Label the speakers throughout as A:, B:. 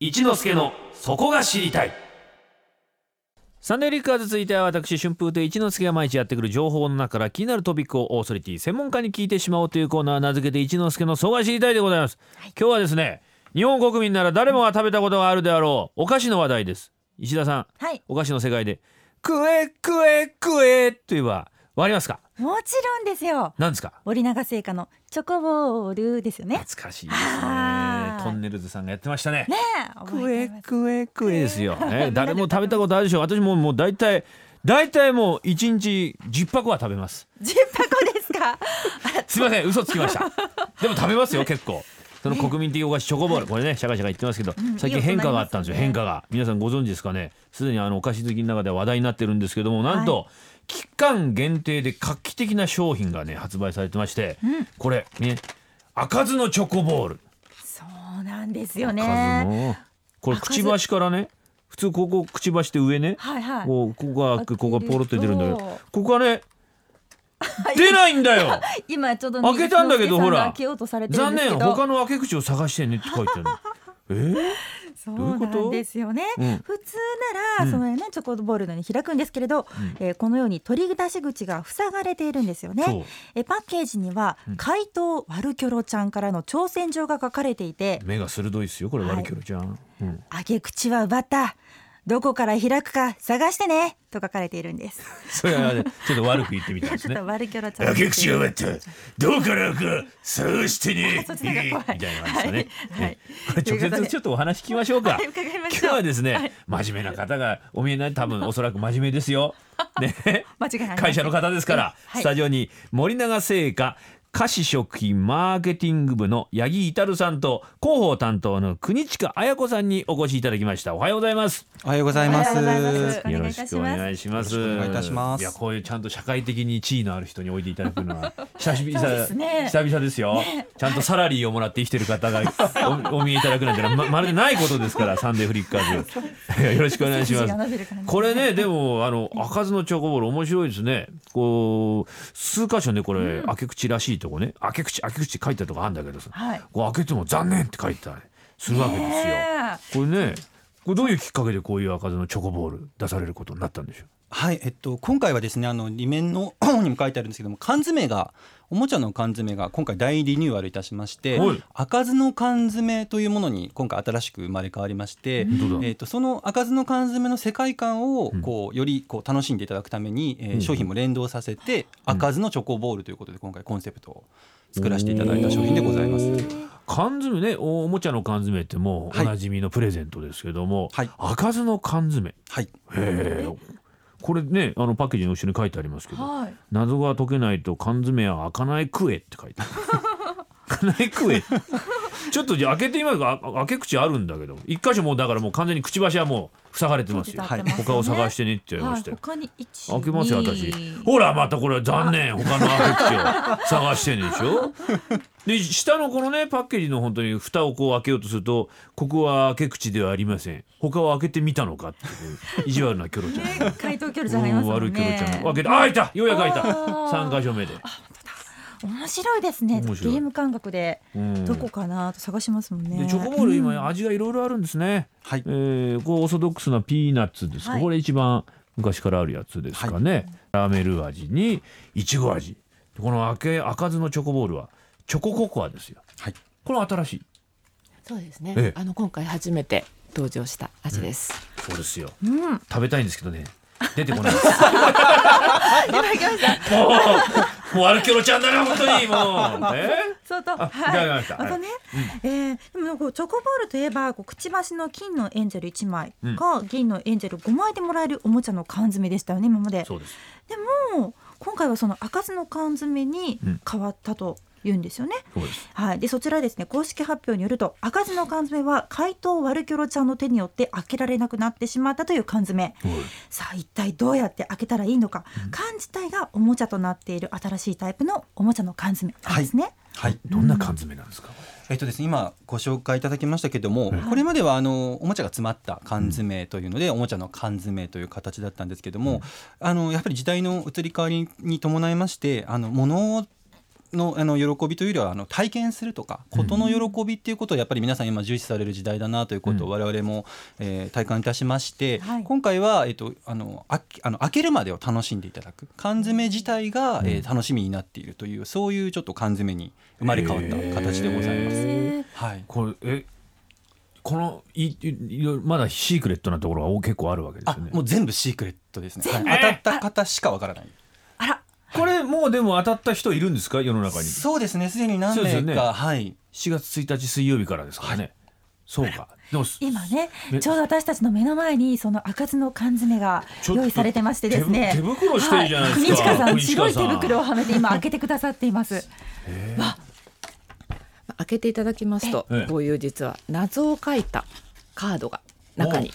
A: 一之助のそこが知りたいサンデーリッカーズ続いては私春風亭一之輔が毎日やってくる情報の中から気になるトピックをオーソリティ専門家に聞いてしまおうというコーナー名付けて一之輔のそこが知りたいでございます、今日はですね日本国民なら誰もが食べたことがあるであろうお菓子の話題です石田さん
B: はい
A: お菓子の世界でクエクエクエと言えばわかりますか
B: もちろんですよ
A: 何ですか
B: 森永製菓のチョコボールですよね
A: 懐かしいですね
B: はい
A: トンネルズさんがやってましたね
B: ねえ
A: クエ
B: 覚えてます
A: クエクエです よ、ね、
B: みんなで食べ
A: 誰も食べたことあるでしょ私ももう大体大体もう一日10箱は食べ ます
B: 10箱ですか
A: すいません嘘つきま したでも食べますよ結構その国民的お菓子チョコボールこれねシャカシャカ言ってますけど
B: ん
A: 最
B: い
A: 近
B: い音
A: 変化があったんですよ
B: 鳴
A: 変
B: ります
A: 化が皆さんご存知ですかねすでにあのお菓子好きの中では話題になってるんですけどもなんと、
B: は
A: 期間限定で画期的な商品がね発売されてまして、
B: うん
A: これね開かずのチョコボール
B: そうなんですよ
A: 開かず
B: ね
A: のこれ
B: 開
A: く
B: か
A: ち
B: ず
A: ばしからね普通ここくちばしって上ね、
B: はいはい
A: こうここが
B: 開ける
A: ここがポロって出るんだけど
B: と
A: ここはね出ないんだ よ
B: 今ちょうど
A: 開けたんだけど
B: 水之助さ
A: ほら
B: が開けようとされてる
A: 残
B: んです
A: 念
B: けど
A: 他の開け口を探してねって書いてあるえ ー
B: そう
A: どういうこ
B: な
A: と
B: んですよね、
A: うん
B: 普通なら、
A: うん
B: そのねチョコボールのように開くんですけれど、えーこのように取り出し口が塞がれているんですよ
A: そう
B: ねえーパッケージには、怪盗ワルキョロちゃんからの挑戦状が書かれていて
A: 目が鋭いですよこれ
B: はい
A: 悪いキョロちゃん、うん
B: 揚げ口は奪ったどこから開くか探してねと書かれているんです
A: それは ねちょっと悪く言ってみたんです
B: ちょっ
A: ね
B: とワルキョロちゃん
A: 開け口を待ったどうから開く探してね
B: そっちの方が怖い
A: みたいな感じですかね、
B: はいはい
A: えこれ直接ちょっとお話聞きましょうか、
B: はい伺いましょう
A: 今日はですね、真面目な方がお見えない多分おそらく真面目ですよ ね
B: 間違いない
A: 会社の方ですから、
B: はい
A: スタジオに森永製菓菓子食品マーケティング部の八木至さんと広報担当の国近彩子さんにお越しいただきましたおはようございます
C: おはようございます。
B: おはようございます
A: よろしくお願いします
C: よろしくお願いいたします
A: やこういうちゃんと社会的に地位のある人においでいただくのは久しぶり
B: そうですね
A: 久々ですよ、ちゃんとサラリーをもらって生きてる方がおお見えいただくなんてのはままるでないことですからサンデーフリッカーズい やよろしくお願いしま
B: 背筋が伸
A: す
B: びる感じ
A: これねでもあの開かずのチョコボール面白いですねこう数箇所ねこれ、開け口らしいとこね開け口開け口って書いてあるとこあるんだけどさ、
B: はい
A: こう開けても残念って書いてたりするわけですよ、
B: ね
A: これねこれどういうきっかけでこういう開かずのチョコボール出されることになったんでしょう
C: はい、えっと、今回はですね、あの、裏面の 方にも書いてあるんですけども、缶詰が。おもちゃの缶詰が今回大リニューアルいたしまして
A: はい
C: 開かずの缶詰というものに今回新しく生まれ変わりまして、
A: 本当だ
C: えっと、その開かずの缶詰の世界観を
A: ん
C: こうよりこう楽しんでいただくために、えー
A: うん
C: 商品も連動させて開かずのチョコボールということで今回コンセプトを作らせていただいた商品でございます。
A: 缶詰ねおおもちゃの缶詰ってもうお
C: はい
A: なじみのプレゼントですけども、
C: はい
A: 開かずの缶詰へ
C: はい、
A: えこれねあのパッケージの後ろに書いてありますけど
B: はい
A: 「謎が解けないと缶詰は開かないクエ」って書いてある開かないクエちょっとじゃあ開けてみますかあ開け口あるんだけど一箇所もうだからもう完全にくちばしはもう塞がれてますよ、
C: はい
A: 他を探してねって言われま
B: は
A: し
B: い
A: たよ
B: 他に一
A: 開けますよ私
B: 二
A: ほらまたこれ残念他の開け口を探してんでしょで下のこのねパッケージの本当に蓋をこう開けようとするとここは開け口ではありません他を開けてみたのかってい う意地悪なキョロちゃん
B: ね怪盗キョロちゃんありますもんね
A: 悪いキョロちゃん開けてあ開いたようやく開いた
B: あー
A: 三箇所目で
B: 面白いですねゲ
A: 面白い
B: ーム感覚で
A: うん
B: どこかなと探しますもんね、
A: でチョコボール 今味がいろいろあるんですね、
C: はい
A: えーこうオーソドックスなピーナッツですか、
B: はい
A: これ一番昔からあるやつですかね、ラーメル味にいちご味この開け開かずのチョコボールはチョコココアですよ
C: はい
A: これ新しい
D: そうですね。
A: ええ
D: あの今回初めて登場した味です。
A: そうですよ
B: うん
A: 食べたいんですけどね出てこない もうもうアルキョロちゃんだな本当にもうね
B: そうと、
A: あ
B: は
A: じゃあ
B: い、
A: わかりました
B: とね、えーでもなんかこうチョコボールといえばこうくちばしの金のエンジェル1枚か、銀のエンジェル5枚でもらえるおもちゃの缶詰でしたよね今まで。
A: そうです
B: でも今回はその赤酢の缶詰に変わったと言うんですよね。
A: そうです
B: はい、でそちらですね公式発表によると赤酢の缶詰は怪盗ワルキョロちゃんの手によって開けられなくなってしまったという缶詰さあ一体どうやって開けたらいいのか、缶自体がおもちゃとなっている新しいタイプのおもちゃの缶詰なんですね。
C: はい
A: どんな缶詰なんですか
C: えっとですね、今ご紹介いただきましたけども、
A: はい
C: これまではあのおもちゃが詰まった缶詰というので、おもちゃの缶詰という形だったんですけども、あのやっぱり時代の移り変わりに伴いましてあの物のあの喜びというよりはあの体験するとかことの喜びっていうことをやっぱり皆さん今重視される時代だなということ
A: う
C: を我々も、えー体感いたしまして、
B: はい
C: 今回は、えっとあのあきあの開けるまでを楽しんでいただく缶詰自体が、えー楽しみになっているというそういうちょっと缶詰に生まれ変わった形でございま
A: へ
C: す。
A: ー
C: はい
A: これえこのいいいろいろまだシークレットなところがお結構あるわけで
C: あ
A: すよね
C: もう全部シークレットですね、はい
A: 部
C: 当たった方しかわからない
B: あら
A: これもうでも当たった人いるんですか世の中に
C: そうですねすでに何
A: そうですよ
C: 名
A: ね
C: か、はい
A: 4月1日水曜日からですからね、そうかでも
B: 今ね
A: え
B: ちょうど私たちの目の前にその開かずの缶詰が
A: ちょっと
B: 用意されてましてですね
A: 手ぶ手袋してるじゃないですか
B: は
A: 国近さ
B: い国近さ
A: ん
B: ん白い手袋をはめて今開けてくださっています
D: 開けていただきますと
A: ええ
D: こういう実は謎を書いたカードが中に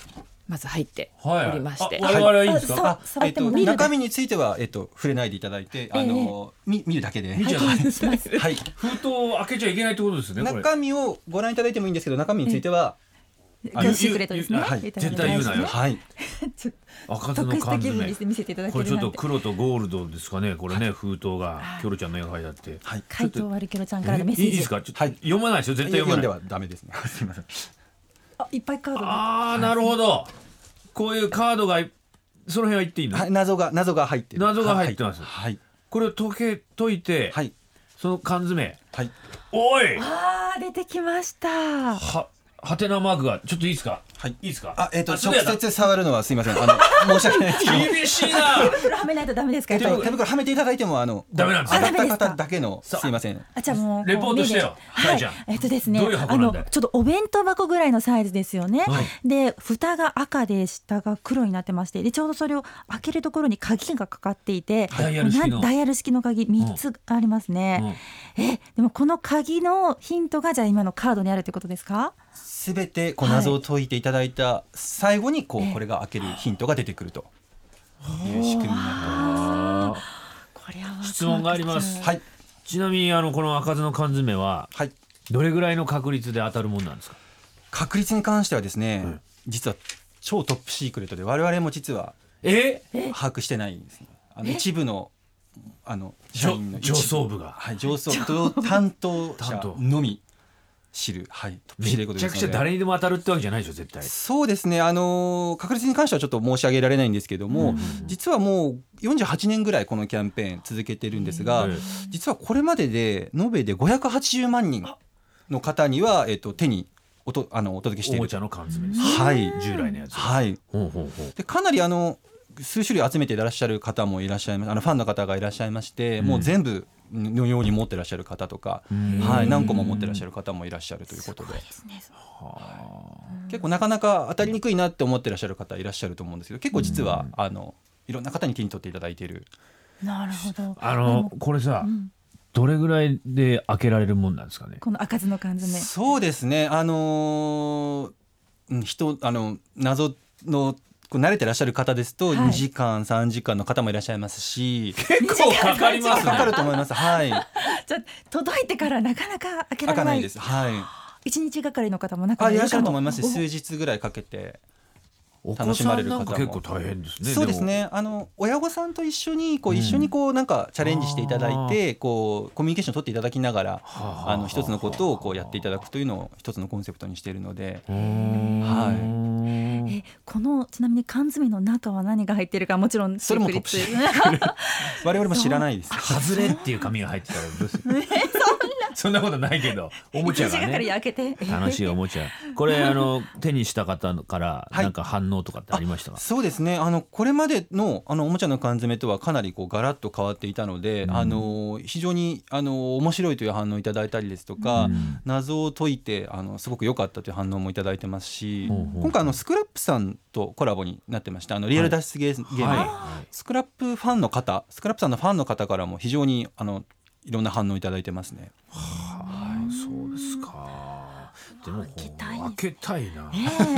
D: まず入ってお
A: はい
D: りまして、
A: あ我々はいいんです
B: そう
A: か
C: あ
B: 触っても
C: えっと
B: 見るだけ
C: 中身については、えっと、触れないでいただいて、あの、み、見るだけで。
A: 見ちゃダメ
B: 拝見します
C: はい。
A: 封筒を開けちゃいけないってことですねこれ
C: 中身をご覧いただいてもいいんですけど、中身については。
A: あ
B: シークレットですね
A: ゆゆ
C: はい
B: いただいて
A: 絶対言うなよ
B: ますね
C: はい。
B: ちょっ
A: 赤
B: と
A: ずの
B: 得した
A: 缶
B: 気分
A: 詰
B: にして見せていただけ
A: これ
B: る
A: ちょっ
B: な
A: と
B: んて
A: 黒とゴールドですかねこれね封筒がキョロちゃんの絵が描いてあって
C: はい。
B: 怪盗ワルキロちゃんから
A: え
B: の
A: い
B: メッセージ
A: いですかちょっと
C: はい
A: 読まないですよ絶対読
C: 読
A: ま
C: ん
A: ない
C: ではダメです ね。すみません。
B: あいっぱいカードが
A: ああなるほどこういうカードがいその辺は言っていいの、
C: はい、謎が、謎が入ってる。
A: 謎が入ってます
C: はい。
A: これを解け解いて、
C: はい。
A: その缶詰
C: はい。
A: おい
B: あー出てきました
A: ははてなマークがちょっといいですか
C: はい
A: いいですか
C: あ、えっと、
A: ちょ
C: 直
A: っやだ
C: 接触るのはすみません。あの、申し訳ないですけど。
A: 厳しいな
B: 袋はめないとダメですか
C: え
B: やっぱ
C: っと、
B: り
C: 手袋はめていただいても、あの、
A: ダメなんですか
C: 当たった方だけの、
A: さあ
C: すみません。
B: あじゃあもう
A: レポートしてよ
B: こう見
A: は
B: る
A: い
B: で
A: じゃあ
B: えっとですね
A: どういう箱
B: あ
A: なん
B: の
A: だよ
B: ちょっとお弁当箱ぐらいのサイズですよね、
A: はい
B: で蓋が赤で下が黒になってましてでちょうどそれを開けるところに鍵がかかっていて
A: ダイヤル式の
B: なんダイヤル式の鍵3つありますね、えでもこの鍵のヒントがじゃあ今のカードにあるということですか
C: すべて、こう、謎を解いていただいた、最後に、こう、これが開けるヒントが出てくると。いう仕組みになっ
A: あー
B: これは
A: 質問があります
C: てます。はい。
A: ちなみにあのこの開かずの缶詰は
C: はい。
A: どれぐらいの確率で当たるもんなんですか
C: 確率に関してはですね、
A: ん
C: 実は超トップシークレットで我々も実は
A: え
C: 把握してないんですねあの一部のあの
A: じょ
C: 社員の一
A: 上層部が
C: はい、上層 部と担当
A: 担
C: 者
A: 当
C: のみ知る、はい、トップシークレット
A: め
C: です
A: ちゃく
C: ので
A: ちゃ誰にでも当たるってわけじゃないでしょ絶対
C: そうですね、あのー確率に関してはちょっと申し上げられないんですけども、実はもう48年ぐらいこのキャンペーン続けてるんですが、
A: ええ
C: 実はこれまでで延べで580万人の方には、えっと手におとあのお届けして
A: お
C: い
A: も
C: る
A: ちゃの缶詰です
C: はい
A: 従来のやつ
C: はい、
A: ほうほうほう
C: でかなりあの数種類集めていらっしゃる方もいらっしゃいますあのファンの方がいらっしゃいまして、もう全部のように持ってらっしゃる方とか、はい、何個も持ってらっしゃる方もいらっしゃるということで結構なかなか当たりにくいなって思ってらっしゃる方いらっしゃると思うんですけど結構実は、あのいろんな方に手に取っていただいている
B: なるほど
A: あのこれさどれぐらいで開けられるもんなんですかね
B: この開かずの缶詰
C: そうですねあのーうん人あの謎のこう慣れてらっしゃる方ですと
B: はい
C: 2時間、3時間の方もいらっしゃいますし
A: 結構かかります
C: かか
A: ね
C: ると思いますはい
B: じゃあ届いてからなかなか開けら
C: 開
B: れ
C: かな
B: ないい
C: ですはい
B: 一日がかりの方も中
C: あ
B: に
C: い
B: い
C: らっ
B: る
C: し
B: か
C: ゃる
B: も
C: と思います
B: お
C: 数日ぐらいかけて
A: お
C: 楽
A: 子
C: しま
A: さ
C: れ
A: ん
C: る
A: な
C: 方
A: ん
C: も
A: か結構大変ですね
C: そうです
A: も
C: ねあの親御さんと一緒にこう一緒にこうなんかチャレンジしていただいてこうコミュニケーション取っていただきながら
A: はあ
C: あの一つのことをこうやっていただくというのを一つのコンセプトにしているので
A: うーん
B: えこのちなみに缶詰の中は何が入ってるかもちろん
C: それもトップシークレ 我々も知らないです
A: 外れっていう紙が入ってたらどうする そんなことないけどおもちゃが
B: 一日がかり
A: ね
B: 開けて
A: 楽しいおもちゃこれあの手にした方から
C: はい
A: なんか反応とかってありましたか
C: そうですねあのこれまでのあのおもちゃの缶詰とはかなりこうガラッと変わっていたので、あの非常にあの面白いという反応をいただいたりですとか、
A: うん
C: 謎を解いてあのすごく良かったという反応もいただいてますし、
A: ほうほう
C: 今回あのスクラップさんとコラボになってましたあのリアル脱出ゲーム、ゲームのスクラップファンの方スクラップさんのファンの方からも非常にあのいろんな反応をいただいてますね。
A: はいそうですかでも
B: けたい
A: 開けたいな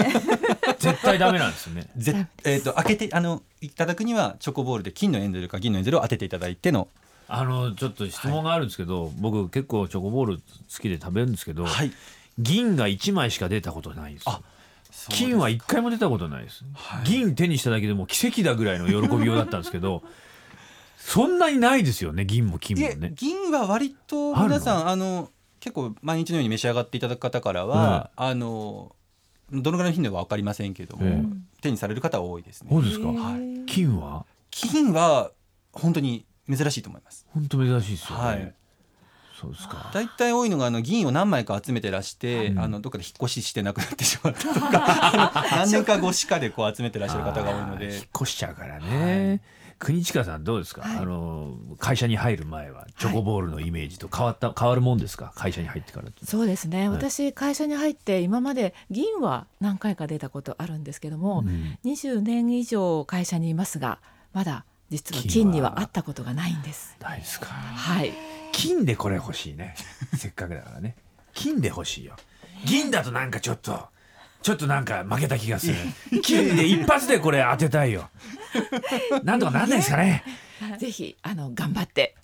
A: 絶対ダメなんですよね
C: ぜえっ、と開けてあのいただくにはチョコボールで金のエンゼルか銀のエンゼルを当てていただいての
A: あのちょっと質問があるんですけど、僕結構チョコボール好きで食べるんですけど、
C: はい
A: 銀が1枚しか出たことないです
C: あ
A: 金は1回も出たことないです、銀手にしただけでもう奇跡だぐらいの喜びようだったんですけど そんなにないですよね銀も金も
C: で
A: ね
C: 銀は割と皆さんあの結構毎日のように召し上がっていただく方からは、あのどのぐらいの頻度は分かりませんけども、
A: ええ
C: 手にされる方は多いです
A: そう
C: ね
A: ですか、
D: はい
A: 金は
C: 金は本当に珍しいと思います
A: 本当珍しいですよね、
C: はい
A: そうですか
C: 大体多いのがあの銀を何枚か集めてらして、
A: うん
C: あのどっかで引っ越ししてなくなってしまったとか あの何年か越しかでこう集めてらっしゃる方が多いの
A: あー
C: で
A: 引っ越しちゃうからね、国近さんどうですか、
D: はい
A: あの会社に入る前はチョコボールのイメージと変わった、変わるもんですか会社に入ってから
D: そうですね、
A: はい
D: 私会社に入って今まで銀は何回か出たことあるんですけども、
A: うん
D: 20年以上会社にいますがまだ実は
A: 金
D: 金
A: は
D: にはあったことがないんです
A: ないですか
D: はい
A: 金でこれ欲しい ねせっかくだからね金で欲しいよ銀だとなんかちょっとちょっとなんか負けた気がする金で一発でこれ当てたいよなんとかなんないですか ね
D: ぜひあの頑張って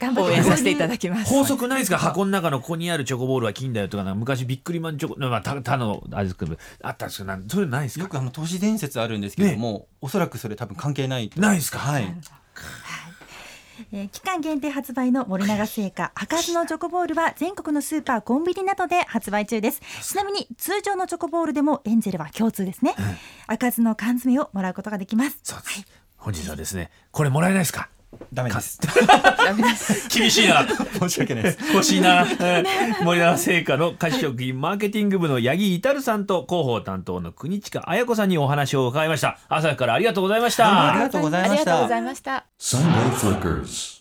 B: 頑張っ
D: 応
B: て
D: 援させていただきます
A: 法則ないですか箱の中のここにあるチョコボールは金だよとかなんか昔ビックリマンチョコ、まあ、た他のあれですけどあったんですけどなんそういうのないですか
C: よくあの都市伝説あるんですけども、おそらくそれ多分関係ないと
A: ないですか
C: はい
B: えー期間限定発売の森永製菓赤酢のチョコボールは全国のスーパーコンビニなどで発売中ですちなみに通常のチョコボールでもエンゼルは共通ですね赤酢の缶詰をもらうことができます
A: そうです。本日はですね、これもらえないですか。
C: ダメです
D: ダメです
A: 厳しいな。
C: 申し訳な いです
A: 欲しいな。えー森永製菓の菓子食品マーケティング部の八木至さんと広報担当の国近彩子さんにお話を伺いました。朝からありがとうございました。
C: ありがとうござい
D: あ
C: ま
D: り
C: し
D: がとう
C: た
D: ございました
E: Sunday Flickers.